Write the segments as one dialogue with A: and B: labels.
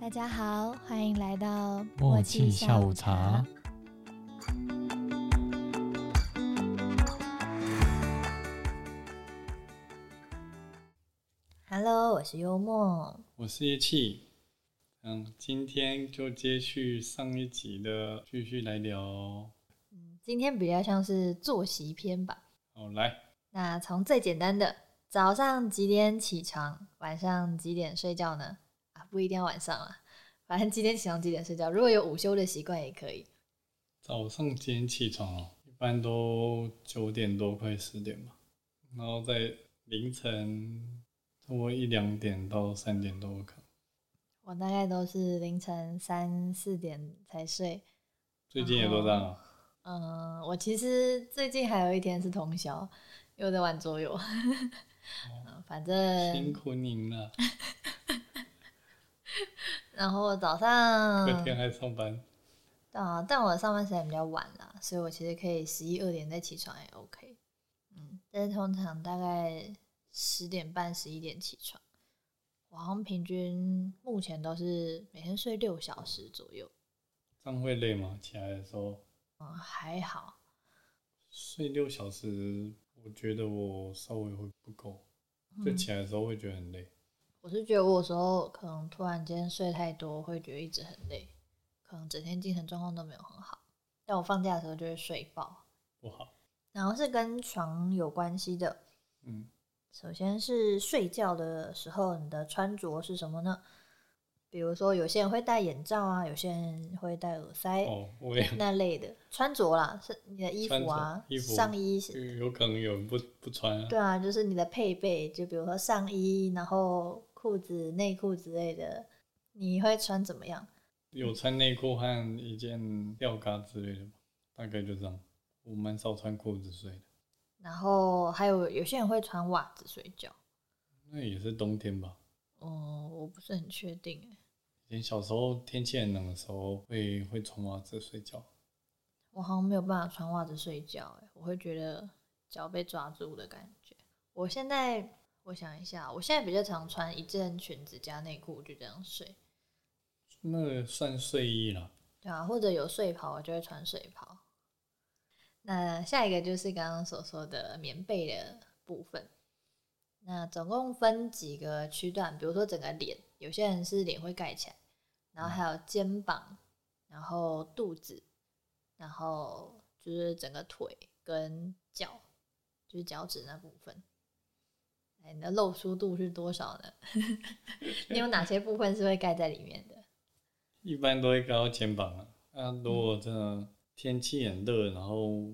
A: 大家好，欢迎来到
B: 默契下午茶。
A: Hello，我是幽默。
C: 我是叶气。嗯，今天就接续上一集的，继续来聊。哦
A: 今天比较像是作息篇吧。
C: 好，来，
A: 那从最简单的，早上几点起床，晚上几点睡觉呢？啊，不一定要晚上啦， 反正几点起床几点睡觉。如果有午休的习惯也可以。
C: 早上几点起床哦？一般都九点多，快十点吧。然后在凌晨，差不多一两点到三点都有可能。
A: 我大概都是凌晨三四点才睡。
C: 最近也都这样
B: 哦
C: 啊。
A: 嗯，我其实最近还有一天是通宵，又在玩桌游。 嗯反
C: 哦
B: 呃
C: 辛
A: 正，
C: 苦您了，
B: 嗯
A: 然后早上
C: 隔天还上班。
A: 啊，但我上班时间比较晚啦，所以我其实可以十一二点再起床也 OK。嗯，但是通常大概十点半、十一点起床。我好像平均目前都是每天睡六小时左右，
C: 这样会累吗？起来的时候
A: 嗯，还好。
C: 睡六小时，我觉得我稍微会不够，就
A: 嗯
C: 起来的时候会觉得很累。
A: 我是觉得我有时候可能突然间睡太多，会觉得一直很累，可能整天精神状况都没有很好。但我放假的时候就会睡爆，
C: 不好。
A: 然后是跟床有关系的。
C: 嗯，
A: 首先是睡觉的时候，你的穿着是什么呢？比如说，有些人会戴眼罩啊，有些人会戴耳塞、
C: 哦，我也
A: 那类的穿着啦，是你的衣服
C: 穿
A: 啊
C: 着，衣服
A: 上衣是，
C: 有有可能有人不不穿啊。
A: 对啊，就是你的配备，就比如说上衣，然后裤子、内裤之类的，你会穿怎么样？
C: 有穿内裤和一件吊嘎之类的吧，大概就这样。我蛮少穿裤子睡的，
A: 然后还有有些人会穿袜子睡觉，
C: 那也是冬天吧。
A: 嗯，我不是很确定欸
C: 以前小时候天气很冷的时候会会穿袜子睡觉，
A: 我好像没有办法穿袜子睡觉、欸，我会觉得脚被抓住的感觉。我现在我想一下，我现在比较常穿一件裙子加内裤就这样睡，
C: 那算睡衣啦。
A: 对啊，或者有睡袍我就会穿睡袍。那下一个就是刚刚所说的棉被的部分。那总共分几个区段，比如说整个脸，有些人是脸会盖起来，然后还有肩膀，然后肚子，然后就是整个腿跟脚，就是脚趾那部分。哎，你的露出度是多少呢？ 你有哪些部分是会盖在里面的？
C: 一般都会盖到肩膀啊。啊，如果真的天气很热，然后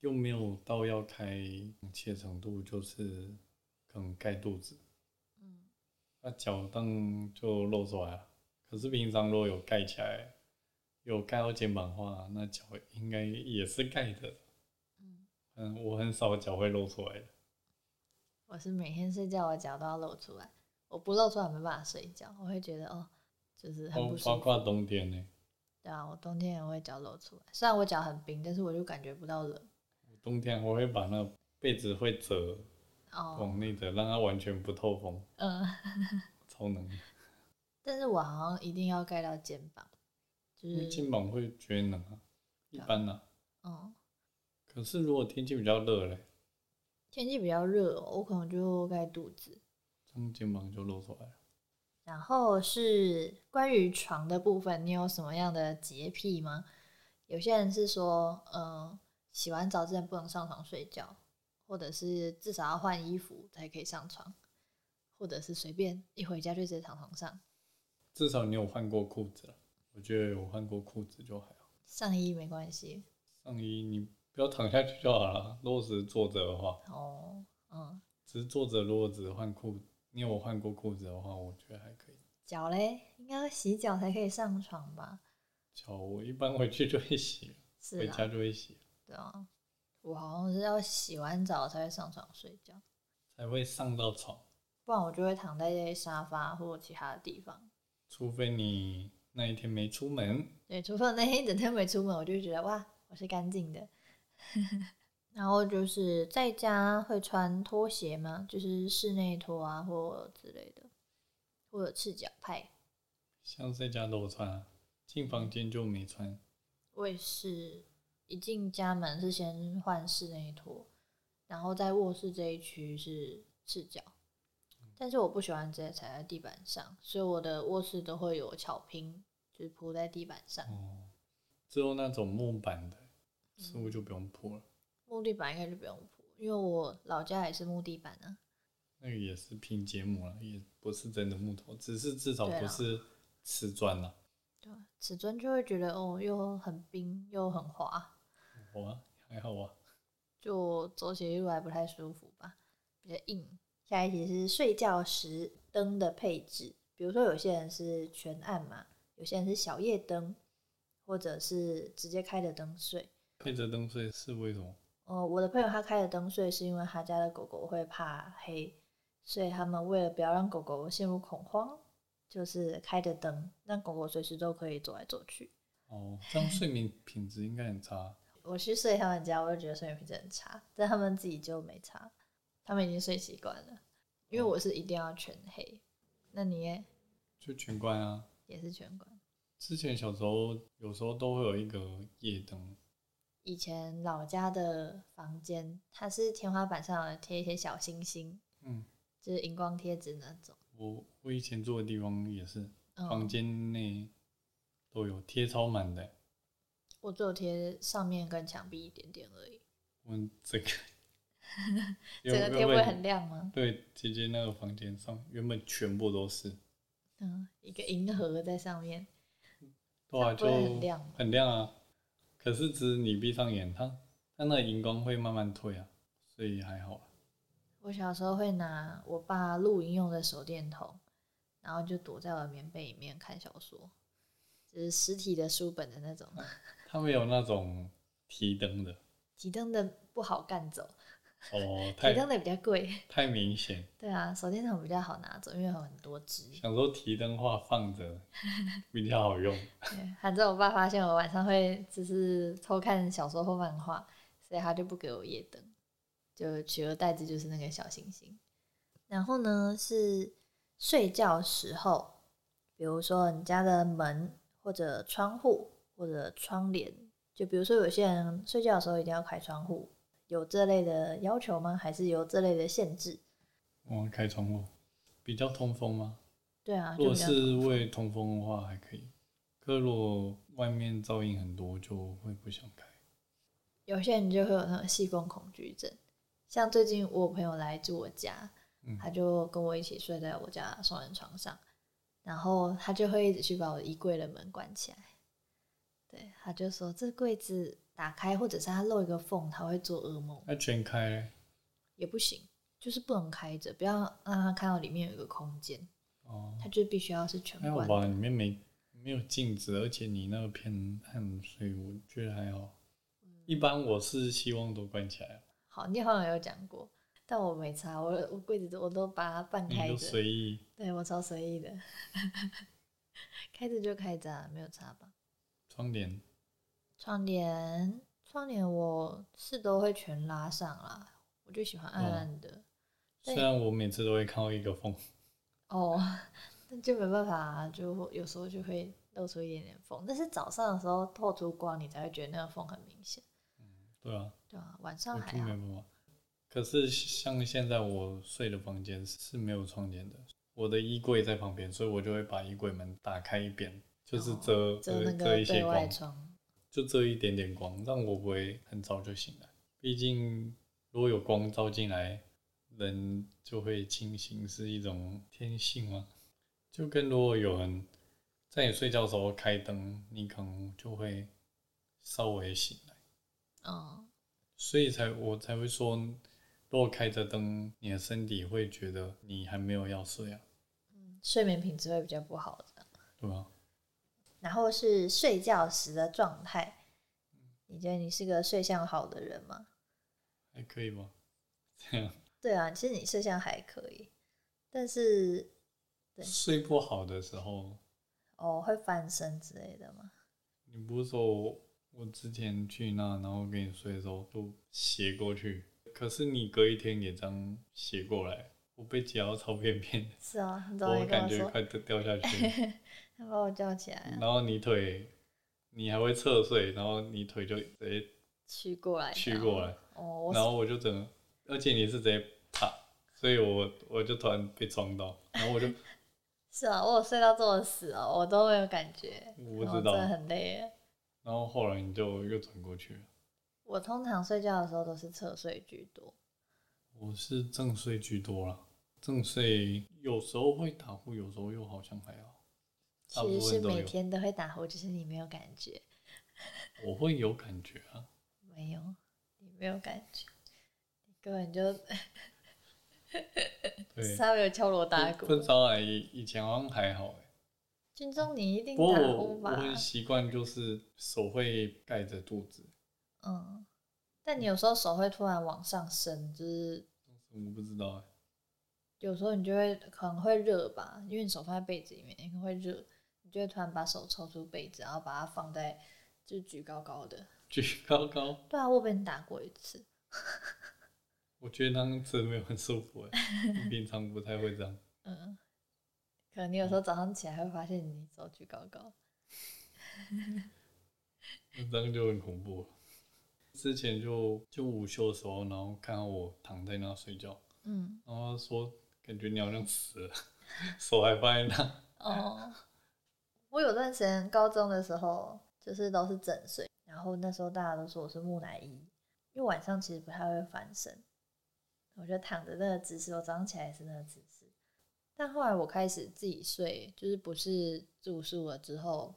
C: 又没有到要开冷气的程度，就是可能盖肚子。
A: 嗯
C: 那脚当就露出来了。可是平常如果有盖起来，有盖到肩膀的话，那脚应该也是盖着的。
A: 嗯。
C: 嗯，我很少脚会露出来的。
A: 我是每天睡觉，我脚都要露出来，我不露出来没办法睡觉，我会觉得哦，就是很
C: 包
A: 不
C: 包
A: 舒服。
C: 括冬天呢、
A: 对啊，我冬天也会脚露出来，虽然我脚很冰，但是我就感觉不到冷。
C: 冬天我会把那个被子会折
A: 哦，
C: 往内折，让它完全不透风，
A: 嗯、
C: 超能。
A: 但是我好像一定要盖到肩膀，就
C: 因为
A: 是
C: 肩膀会觉得冷啊，一般啊。
A: 嗯，
C: 可是如果天气比较热嘞，
A: 天气比较热哦、我可能就盖肚子。
C: 这样肩膀就露出来了。
A: 然后是关于床的部分，你有什么样的洁癖吗？有些人是说，嗯，洗完澡之前不能上床睡觉，或者是至少要换衣服才可以上床，或者是随便一回家就直接躺床上，
C: 至少你有换过裤子了，我觉得有换过裤子就还好。
A: 上衣没关系。
C: 上衣你不要躺下去就好了。如果只是坐着的话，
A: 哦，嗯，
C: 只是坐着，如果只是换裤，你有换过裤子的话，我觉得还可以。
A: 脚嘞，应该要洗脚才可以上床吧？
C: 脚我一般回去就会洗，
A: 是
C: 回
A: 啊，
C: 家就会洗，
A: 对啊，我好像是要洗完澡才会上床睡觉，
C: 才会上到床。
A: 不然我就会躺在沙发或其他的地方。
C: 除非你那一天没出门，
A: 对，除非我那天一整天没出门，我就觉得哇，我是干净的。 然后就是在家会穿拖鞋吗？就是室内拖啊，或之类的，或者赤脚派。
C: 像在家都有穿、啊，进房间就没穿。
A: 我也是一进家门是先换室内拖，然后在卧室这一区是赤脚，但是我不喜欢直接踩在地板上，所以我的卧室都会有巧拼，就是铺在地板上。
C: 哦，之后那种木板的，似乎就不用铺了，
A: 木地板应该就不用铺，因为我老家也是木地板啊。
C: 那个也是拼接木了，也不是真的木头，只是至少
A: 对
C: 不
A: 啊
C: 是瓷砖了。
A: 对，尺寸就会觉得哦，又很冰又很滑，
C: 好啊，还好啊。
A: 就走起路来不太舒服吧，比较硬。下一题是睡觉时灯的配置，比如说有些人是全暗嘛，有些人是小夜灯，或者是直接开着灯睡。
C: 配着灯睡是为什么？
A: 哦，我的朋友他开着灯睡，是因为他家的狗狗会怕黑，所以他们为了不要让狗狗陷入恐慌，就是开着灯，让狗狗随时都可以走来走去。
C: 哦，这样睡眠品质应该很差。
A: 我去睡他们家，我就觉得睡眠品质很差，但他们自己就没差，他们已经睡习惯了。因为我是一定要全黑，那你也
C: 就全关啊。
A: 也是全关。
C: 之前小时候有时候都会有一个夜灯，
A: 以前老家的房间，它是天花板上有贴一些小星星，
C: 嗯，
A: 就是荧光贴纸那种。
C: 我我以前住的地方也是，房
A: 嗯，
C: 间内都有贴超满的、
A: 我只有贴上面跟墙壁一点点而已，
C: 我们 整个
A: 整个贴
C: 原
A: 不
C: 本
A: 会很亮吗？
C: 对，姐姐那个房间上原本全部都是，
A: 嗯，一个银河在上面，
C: 对
A: 它
C: 啊，
A: 不
C: 就
A: 会很亮吗
C: 很亮啊。可是只是你闭上眼，它它那荧光会慢慢退啊，所以还好啊。
A: 我小时候会拿我爸露营用的手电筒，然后就躲在我的棉被里面看小说，就是实体的书本的那种。
C: 它没有那种提灯的
A: 提灯的不好干走，
C: 哦，
A: 提
C: 太
A: 灯的比较贵。
C: 太明显。
A: 对啊，手电筒比较好拿走，因为有很多支。
C: 想说提灯话放着 比较好用，
A: 对反正我爸发现我晚上会就是偷看小说或漫画，所以他就不给我夜灯，就取而代之就是那个小星星。然后呢是睡觉时候，比如说你家的门或者窗户或者窗帘，就比如说有些人睡觉的时候一定要开窗户，有这类的要求吗？还是有这类的限制？
C: 我开窗户比较通风吗？
A: 对啊，就
C: 如果
A: 比较
C: 是为通风的话还可以，可如果外面噪音很多就会不想开。
A: 有些人就会有那种细缝恐惧症。像最近我有朋友来住我家，
C: 嗯
A: 他就跟我一起睡在我家双人床上，然后他就会一直去把我衣柜的门关起来。对，他就说这柜子打开或者是他漏一个缝，他会做噩梦，
C: 那全开嘞
A: 也不行，就是不能开着，不要让他看到里面有一个空间，
C: 哦，
A: 他就必须要是全
C: 还好
A: 关。
C: 吧，里面没没有镜子，而且你那个偏暗，所以我觉得还好。
A: 嗯
C: 一般我是希望都关起来，
A: 好，你好像有讲过，但我没查，我我柜子都我都把它半
C: 你
A: 开着。
C: 就随意。
A: 对我超随意的，开着就开着、啊，没有差吧？
C: 窗帘
A: 窗帘，窗帘我是都会全拉上啦，我就喜欢暗
C: 哦
A: 暗的。对
C: 虽然我每次都会看到一个缝，
A: 哦， 那就没办法、啊，就有时候就会露出一点点缝，但是早上的时候透出光，你才会觉得那个缝很明显，
C: 对啊，
A: 对啊？晚上
C: 我
A: 还
C: 就没
A: 好，
C: 办法。可是像现在我睡的房间是没有窗帘的，我的衣柜在旁边，所以我就会把衣柜门打开一边，就是
A: 哦
C: 遮、呃
A: 遮那
C: 遮
A: 个
C: 一些
A: 对外
C: 光，
A: 窗。
C: 就遮一点点光，让我不会很早就醒来。毕竟如果有光照进来，人就会清醒，是一种天性吗？就跟如果有人在你睡觉的时候开灯，你可能就会稍微醒来。
A: 嗯，
C: 所以才我才会说，如果开着灯，你的身体会觉得你还没有要睡啊，
A: 睡眠品质会比较不好的。
C: 对吧？
A: 然后是睡觉时的状态，你觉得你是个睡相好的人吗？
C: 还可以吧？ 这样
A: 对啊，其实你睡相还可以，但是对
C: 睡不好的时候，
A: 哦会翻身之类的嘛。
C: 你不是说我我之前去那，然后跟你睡的时候就斜过去，可是你隔一天也这样斜过来，我被挤到超片片的，
A: 是啊，你总
C: 我
A: 会跟
C: 感
A: 我
C: 觉
A: 说，
C: 快掉掉下去了。
A: 他把我叫起来了，啊
C: 然后你腿你还会侧睡，然后你腿就直接
A: 曲过来，
C: 曲过来。
A: 哦，我
C: 然后我就整个，而且你是直接啪，所以我我就突然被撞到，然后我就
A: 是啊，我有睡到这么死哦，我都没有感觉，
C: 我
A: 然后
C: 知道
A: 真的很累耶。
C: 然后后来你就又转过去了。
A: 我通常睡觉的时候都是侧睡居多，
C: 我是正睡居多啦，正睡有时候会打呼，有时候又好像还好。大部
A: 其
C: 分
A: 实是
C: 都
A: 每
C: 有
A: 天都会打呼，只是你没有感觉，
C: 我会有感觉啊，
A: 没有，你没有感觉，你根本就，
C: 对
A: 稍微有敲锣打鼓。
C: 分早癌以前好像还好、欸，
A: 军中你一定
C: 不过
A: 打
C: 我
A: 呼
C: 我
A: 吧？
C: 很习惯就是手会盖着肚子，
A: 嗯，但你有时候手会突然往上升，就是
C: 我不知道、欸，
A: 有时候你就会可能会热吧，因为你手放在被子里面，你会热，你就会突然把手抽出被子，然后把它放在就举高高的。
C: 举高高，
A: 对啊，我被你打过一次，
C: 我觉得那样子没有很舒服、欸， 平常不太会这样。
A: 嗯，可能你有时候早上起来会发现你手举高高，
C: 这样就很恐怖。之前就就午休的时候，然后看到我躺在那睡觉，
A: 嗯，
C: 然后他说感觉你好像死了，手还放在那。
A: 哦， 我有段时间高中的时候就是都是整睡，然后那时候大家都说我是木乃伊，因为晚上其实不太会翻身，我就躺着那个姿势，我早上起来也是那个姿势。但后来我开始自己睡，就是不是住宿了之后，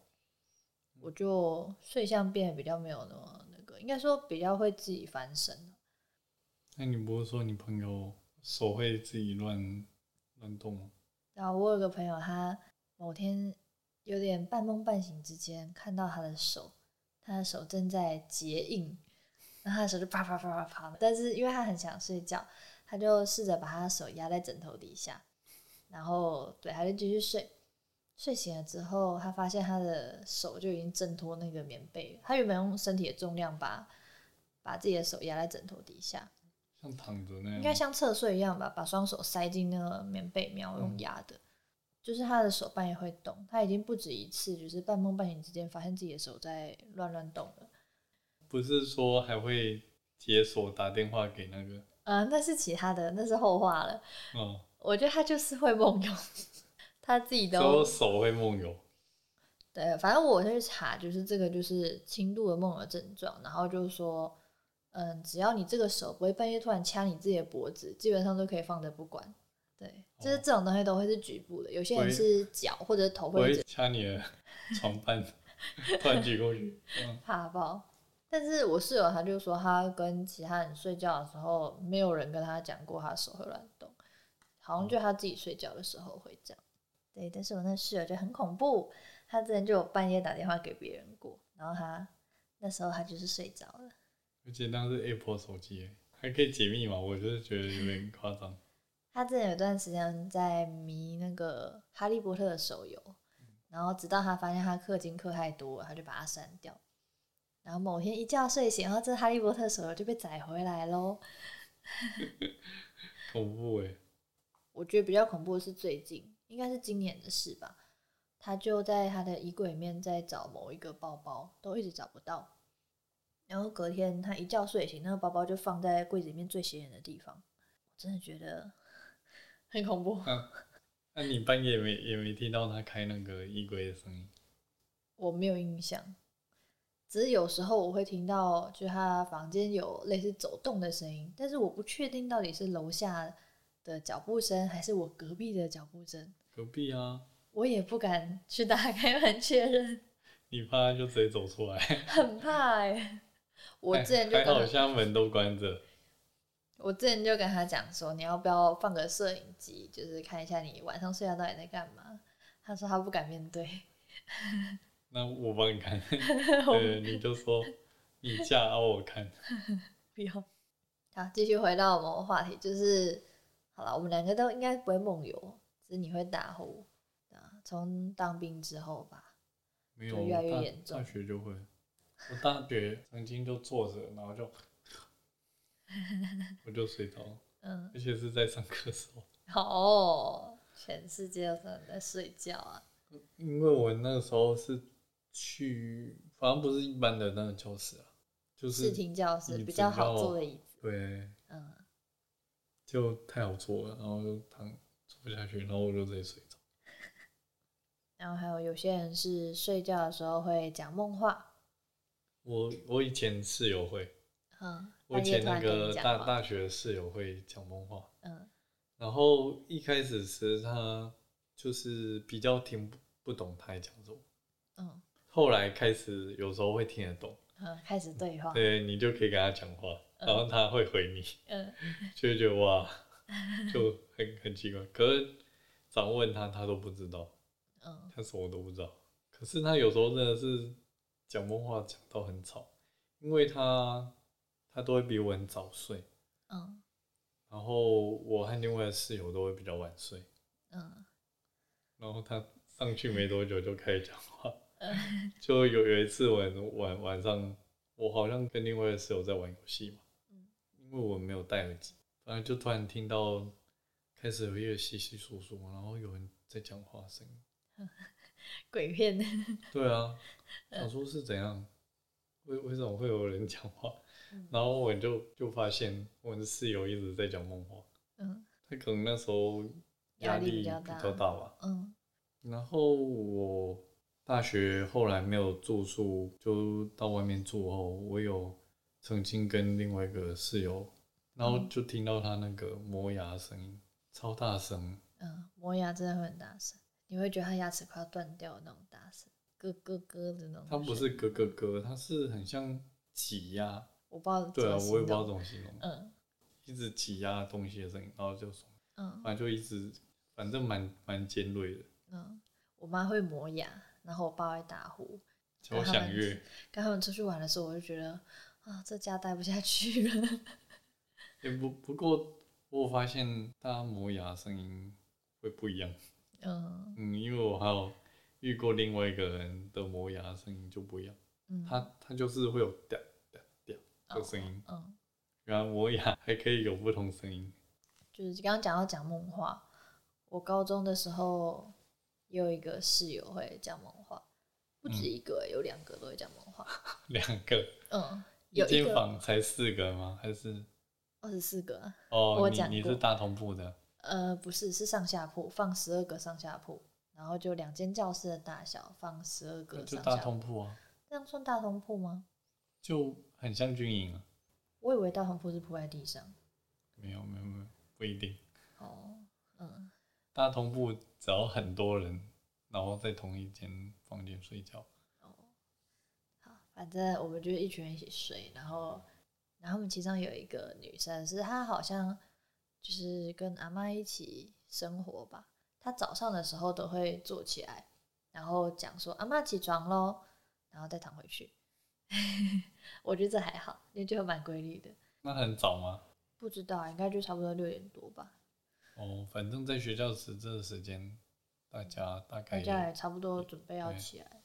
A: 我就睡相变得比较没有那么那个，应该说比较会自己翻身啊了
C: 那你不是说你朋友手会自己乱乱动吗？
A: 然后我有个朋友，他某天有点半梦半醒之间，看到他的手，他的手正在结印，然后他的手就啪啪啪啪啪。但是因为他很想睡觉，他就试着把他的手压在枕头底下，然后对，他就继续睡。睡醒了之后，他发现他的手就已经挣脱那个棉被了。他原本用身体的重量把把自己的手压在枕头底下，
C: 像躺着那
A: 应该
C: 样，
A: 像侧睡一样吧，把双手塞进那个棉被里面，
C: 嗯
A: 然后用压的。就是他的手半夜会动，他已经不止一次，就是半梦半醒之间发现自己的手在乱乱动了。
C: 不是说还会解锁打电话给那个
A: 呃，那是其他的，那是后话了。
C: 哦，
A: 我觉得他就是会梦游， 他自己
C: 只
A: 都
C: 有手会梦游。
A: 对，反正我去查，就是这个就是轻度的梦游症状，然后就是说，嗯，只要你这个手不会半夜突然掐你自己的脖子，基本上都可以放着不管。对，就是
C: 哦
A: 这种东西都会是局部的，有些人
C: 会
A: 是脚或者头
C: 我
A: 会
C: 会掐你的床板， 突然举过去。嗯，
A: 怕爆。但是我室友他就说，他跟其他人睡觉的时候，没有人跟他讲过他手会乱动，好像就他自己睡觉的时候会这样。对，但是我那室友就很恐怖，他之前就有半夜打电话给别人过，然后他那时候他就是睡着了。
C: 而且那是 Apple 手机欸，还可以解密嘛？我就是觉得有点夸张。
A: 他之前有段时间在迷那个《哈利波特》的手游，然后直到他发现他氪金氪太多了，他就把它删掉。然后某天一觉睡醒，然后这《哈利波特》手游就被载回来喽。
C: 恐怖哎、
A: 我觉得比较恐怖的是最近，应该是今年的事吧。他就在他的衣柜里面在找某一个包包，都一直找不到。然后隔天他一觉睡醒，那个包包就放在柜子里面最显眼的地方。我真的觉得 很恐怖。
C: 那你半夜也没也没听到他开那个衣柜的声音？
A: 我没有印象，只是有时候我会听到，就是他房间有类似走动的声音，但是我不确定到底是楼下的脚步声还是我隔壁的脚步声，
C: 隔壁啊，
A: 我也不敢去打开门确认，
C: 你怕他就直接走出来？
A: 很怕哎、我之前就
C: 哎还
A: 跟
C: 还
A: 他，
C: 好，像门都关着。
A: 我之前就跟他讲说，你要不要放个摄影机，就是看一下你晚上睡觉到底在干嘛。他说他不敢面对，
C: 那我帮 你看，
A: 我
C: 对，你就说你嫁啊，我看。
A: 不要。好，继续回到我们的话题，就是好了，我们两个都应该不会梦游，只是你会打呼啊。从当兵之后吧，
C: 没有，
A: 就越来越
C: 我大
A: 严重
C: 大学就会，我大学曾经就坐着，然 后就我就睡着了，
A: 嗯，
C: 而且是在上课的时候。
A: 好、哦，全世界都是在睡觉啊。
C: 因为我那个时候是去，反正不是一般的那个教室啊，就
A: 视
C: 是
A: 听教室
C: 你
A: 比较
C: 知道
A: 好坐的椅子，
C: 对，
A: 嗯，
C: 就太好坐了，然后就躺坐下去，然后我就直接睡着。
A: 然后还有有些人是睡觉的时候会讲梦话，
C: 我我以前室友会，
A: 嗯，
C: 我以
A: 半夜
C: 前
A: 突
C: 那
A: 然跟
C: 个
A: 你讲
C: 大
A: 话，
C: 大学室友会讲梦话，
A: 嗯
C: 然后一开始时他就是比较听不不懂他在讲什么，
A: 嗯
C: 后来开始有时候会听得懂，
A: 嗯，开始对话，
C: 对你就可以跟他讲话，
A: 嗯
C: 然后他会回你，
A: 嗯
C: 就会觉得 哇，就很很奇怪。可是常问他，他都不知道，
A: 嗯
C: 他什么都不知道。可是他有时候真的是讲梦话讲到很吵，因为他他都会比我很早睡，
A: 嗯
C: 然后我和另外的室友都会比较晚睡，
A: 嗯
C: 然后他上去没多久就开始讲话，就有有一次晚晚晚上，我好像跟另外的室友在玩游戏嘛，
A: 嗯
C: 因为我没有戴耳机，反正就突然听到开始有一个稀稀疏疏，然后有人在讲话声音。
A: 鬼片，
C: 对啊，
A: 呃
C: 想说是怎样，为为什么会有人讲话？
A: 嗯
C: 然后我就就发现我的室友一直在讲梦话，
A: 嗯
C: 他可能那时候
A: 压力
C: 力
A: 比较
C: 比
A: 大
C: 较大吧，
A: 嗯
C: 然后我大学后来没有住宿，就到外面住后，我有曾经跟另外一个室友，然
A: 嗯
C: 后就听到他那个磨牙声音，超大声，
A: 嗯，磨牙真的会很大声，你会觉得他牙齿快要断掉的那种大声，咯咯咯的那种声音。
C: 他不是咯咯咯，他是很像挤压，
A: 我不知道怎
C: 对啊，
A: 么
C: 我也
A: 形
C: 不知道
A: 容
C: 怎么形容，
A: 嗯
C: 一直挤压东西的声音，然后就说，
A: 嗯
C: 反正就一直，反正蛮蛮尖锐的，
A: 嗯，我妈会磨牙，然后我爸会打呼。
C: 交响乐，
A: 跟他们出去玩的时候，我就觉得啊，这家待不下去了。
C: 也不不过我发现大家磨牙声音会不一样。
A: 嗯
C: 嗯，因为我还有遇过另外一个人的磨牙声音就不一样，
A: 嗯，
C: 他他就是会有掉掉掉的声音，
A: 嗯，
C: 原来磨牙还可以有不同声音。
A: 就是刚刚讲到讲梦话，我高中的时候也有一个室友会讲梦话，不
C: 嗯
A: 止一个、欸有两个都会讲梦话。
C: 两个，
A: 嗯，
C: 一
A: 有一
C: 间
A: 个
C: 房才四个吗？还是
A: 二十四个啊，
C: 哦
A: 我，
C: 你
A: 讲
C: 你
A: 过
C: 是大同铺的，
A: 呃，不是，是上下铺，放十二个上下铺，然后就两间教室的大小，放十二
C: 那
A: 个
C: 嗯就
A: 上
C: 大
A: 下
C: 同
A: 铺。
C: 铺啊，
A: 这样算大通铺吗？
C: 就很像军营啊。
A: 我以为大通铺是铺在地上。
C: 没有没有没有，不一定。
A: 哦，嗯。
C: 大同铺只要很多人，然后在同一间房间睡觉，
A: 哦，好，反正我们就是一群人一起睡，然后，然后我们其中有一个女生是她好像就是跟阿妈一起生活吧，她早上的时候都会坐起来，然后讲说阿妈起床喽，然后再躺回去。 我觉得这还好，因为就蛮规律的。
C: 那很早吗？
A: 不知道啊，应该就差不多六点多吧，
C: 哦，反正在学校时这个时间，大家大概
A: 大
C: 也
A: 家也差不多准备要
C: 对
A: 起来，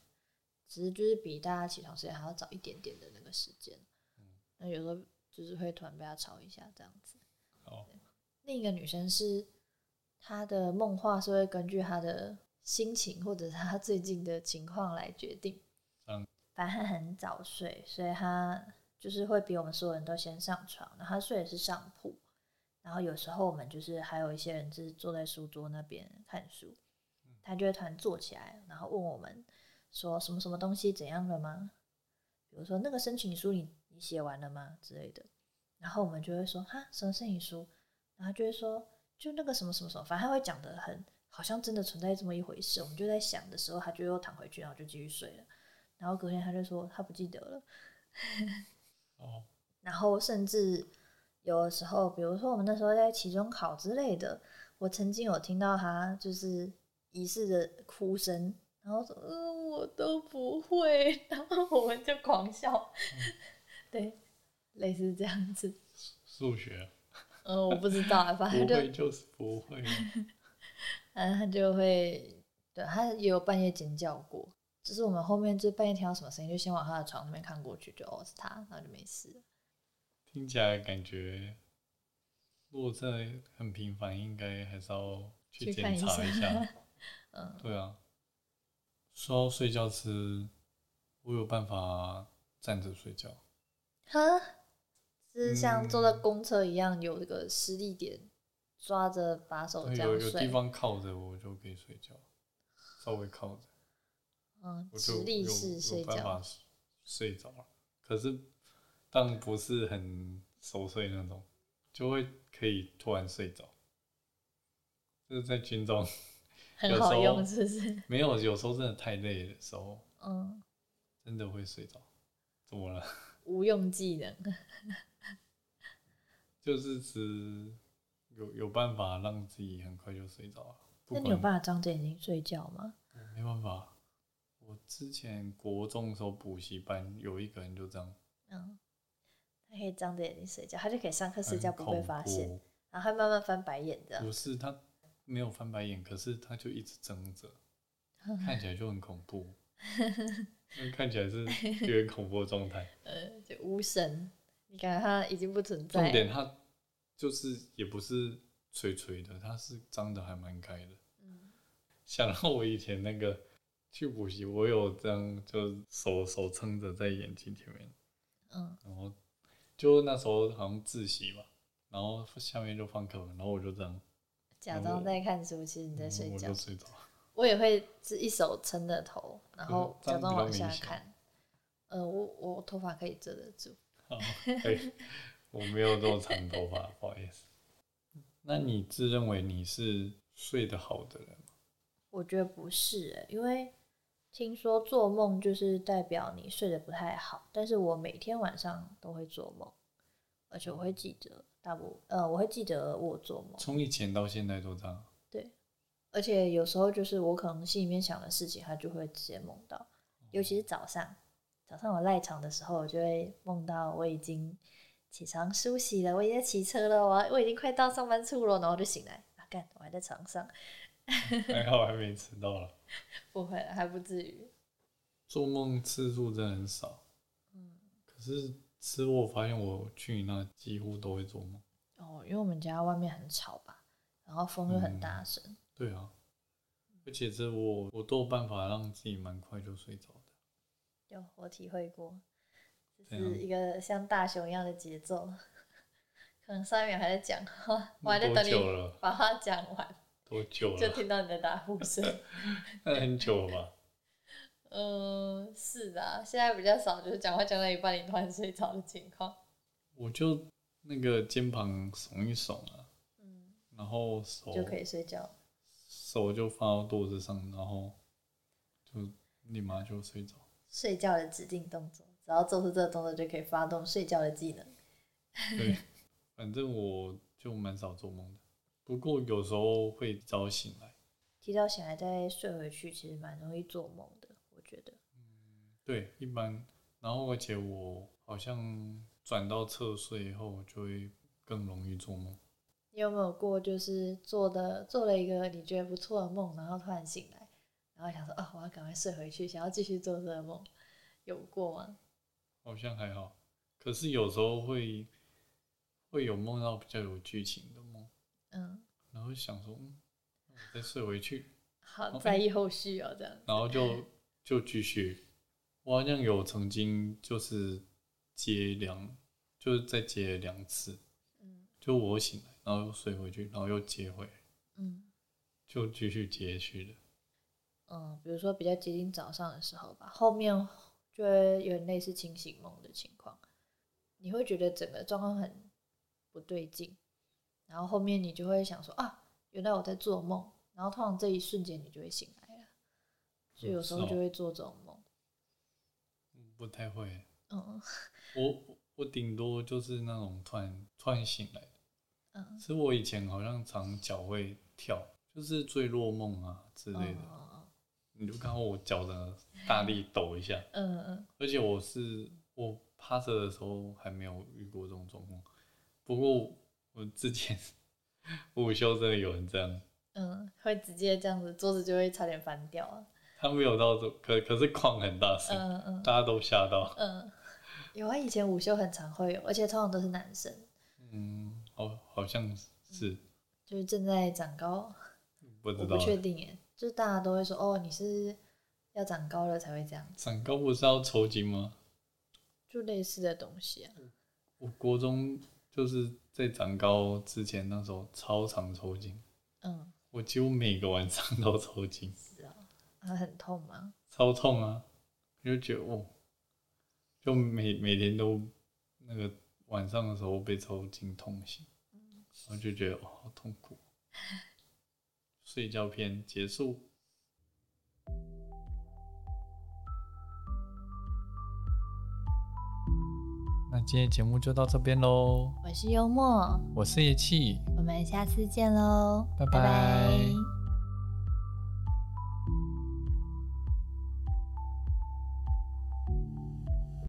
A: 只是就是比大家起床时间还要早一点点的那个时间。
C: 嗯
A: 那有时候就是会突然被他吵一下这样子。
C: 哦，
A: 另一个女生是她的梦话是会根据她的心情或者是她最近的情况来决定。
C: 嗯，
A: 反正她很早睡，所以她就是会比我们所有人都先上床，然后她睡的是上铺。然后有时候我们就是还有一些人就是坐在书桌那边看书，她就会突然坐起来，然后问我们说什么什么东西怎样了吗？比如说那个申请书你你写完了吗之类的，然后我们就会说哈什么申请书，然后就会说就那个什么什么什么，反正他会讲的很好像真的存在这么一回事。我们就在想的时候，他就又躺回去，然后就继续睡了。然后隔天他就说他不记得了，
C: 哦，
A: 然后甚至有的时候，比如说我们那时候在期中考之类的，我曾经有听到他就是疑似的哭声，然后说：“嗯，我都不会。” 然后我们就狂笑， 对，类似这样子。
C: 数学
A: 嗯，我不知道啊，反
C: 不
A: 正 就
C: 会就是不会啊，
A: 嗯，他就会，对他也有半夜尖叫过，就是我们后面就半夜听到什么声音，就先往他的床那边看过去，就哦是他，然后就没事了。
C: 听起来感觉，如果真的很频繁，应该还是要去
A: 去看
C: 检查
A: 一
C: 一下。
A: 嗯
C: 对啊，说到睡觉吃，我有办法站着睡觉，
A: 哈，是像
C: 嗯
A: 坐在公车一样有这个施力点，抓着把哦手这
C: 对
A: 样
C: 有有地
A: 睡，
C: 方靠着我就可以睡觉，稍微靠着
A: 嗯，
C: 我
A: 直
C: 就
A: 立
C: 有
A: 式睡
C: 有办
A: 觉
C: 法，睡着了。可是但不是很熟睡那种，就会可以突然睡着。就是在军中
A: 很
C: 有
A: 好
C: 时候
A: 用，是不是？
C: 没有，有时候真的太累的时候，
A: 嗯，
C: 真的会睡着。怎么了？
A: 无用技能，
C: 就是只有有办法让自己很快就睡着了。不
A: 那
C: 管
A: 你有办法张着眼睛睡觉吗？
C: 没办法，我之前国中的时候补习班有一个人就这样，
A: 嗯，他可以张着眼睛睡觉，他就可以上课睡
C: 很
A: 觉不被
C: 恐
A: 发现，
C: 怖
A: 然后他慢慢翻白眼这样
C: 不，是他没有翻白眼，可是他就一直睁 着，看起来就很恐怖， 那看起来是有点恐怖的状态。
A: 呃，就无神，你感觉他已经不存在
C: 重点
A: 了，
C: 他就是也不是垂垂的，他是张的还蛮开的。
A: 嗯，
C: 想到我以前那个去补习，我有这样就手手撑着在眼睛前面，
A: 嗯，
C: 然后就那时候好像自习吧，然后下面就放课文，然后我就这样，
A: 假装
C: 我
A: 在看书，其实你在睡
C: 嗯我
A: 觉
C: 就。睡着了。
A: 我也会是一手撑着头，然后
C: 这
A: 假
C: 样
A: 装
C: 比较
A: 往下
C: 明显
A: 看。呃，我我头发可以遮得住，
C: 好，哎，我没有这么长头发，不好意思。那你自认为你是睡得好的人吗？
A: 我觉得不是、欸，因为听说做梦就是代表你睡得不太好，但是我每天晚上都会做梦，而且我会记得大部呃，我会记得我做梦，
C: 从以前到现在都这样，
A: 而且有时候就是我可能心里面想的事情，它就会直接梦到，尤其是早上，早上我赖床的时候，我就会梦到我已经起床梳洗了，我已经在骑车了，我我已经快到上班处了，然后就醒来，啊，干，我还在床上，
C: 还好还没迟到了。
A: 不会啦还不至于，
C: 做梦次数真的很少，
A: 嗯，
C: 可是吃我发现我去你那几乎都会做梦。
A: 哦，因为我们家外面很吵吧，然后风又很大声，
C: 对啊，而且这我我都有办法让自己蛮快就睡着的。
A: 有我体会过，就
C: 怎样
A: 是一个像大熊一样的节奏， 可能上一秒还在讲话，我还在
C: 多
A: 等
C: 久
A: 你
C: 了？
A: 把话讲完。
C: 多久
A: 就
C: 了？
A: 听到你的打呼 声。
C: 那 很久了吧？
A: 嗯，是的啊，现在比较少，就是讲话讲到一半，你突然睡着的情况。
C: 我就那个肩膀耸一耸啊，
A: 嗯，
C: 然后手
A: 就可以睡觉。
C: 手就放到肚子上，然后就立马就睡着。
A: 睡觉的指定动作，只要做出这个动作，就可以发动睡觉的技能。
C: 对， 反正我就蛮少做梦的，不过有时候会早醒来。
A: 提到醒来再睡回去，其实蛮容易做梦的，我觉得。
C: 对，一般。然后而且我好像转到侧睡以后，我就会更容易做梦。
A: 你有没有过就是做的做了一个你觉得不错的梦，然后突然醒来，然后想说哦，我要赶快睡回去，想要继续做这个梦，有过吗？
C: 好像还好，可是有时候会会有梦到比较有剧情的梦，
A: 嗯，
C: 然后想说，嗯，那我再睡回去，
A: 好
C: OK
A: 在意后续哦，这样。
C: 然后就就继续。我好像有曾经就是接两，就是再接两次，
A: 嗯
C: 就我醒来，然后又睡回去，然后又接回来，
A: 嗯。
C: 就继续接续的。
A: 嗯，比如说比较接近早上的时候吧，后面就会有点类似清醒梦的情况，你会觉得整个状况很不对劲，然后后面你就会想说啊，原来我在做梦，然后通常这一瞬间你就会醒来了，所以有时候
C: 是哦
A: 就会做这种梦。
C: 不太会，
A: 嗯
C: 我我顶多就是那种突然突然醒来。
A: 嗯，
C: 其实我以前好像常脚会跳，就是坠落梦啊之类的，
A: 哦
C: 你就看到我脚的大力抖一下。
A: 嗯嗯
C: 而且我是我趴着的时候还没有遇过这种状况，不过我之前午休真的有人这样，
A: 嗯，会直接这样子，桌子就会差点翻掉啊。
C: 他没有到这，可可是哐很大声，
A: 嗯嗯
C: 大家都吓到。
A: 嗯，有啊，以前午休很常会有，而且通常都是男生，
C: 嗯，好，好像是
A: 就是正在长高。
C: 不知
A: 我
C: 道
A: 不，确定耶，就是大家都会说哦，你是要长高了才会这样，
C: 长高不是要抽筋吗？
A: 就类似的东西啊。
C: 我国中就是在长高之前，那时候超常抽筋，
A: 嗯，
C: 我几乎每个晚上 都抽筋，
A: 是啊，啊很痛吗？
C: 超痛啊！我就觉得哦，就每每天都那个晚上的时候被抽筋痛醒，然后就觉得哦好痛苦。睡觉篇结束。那今天节目就到这边喽，
A: 我是幽默，
C: 我是叶气。
A: 我们下次见喽，
C: 拜拜
A: 拜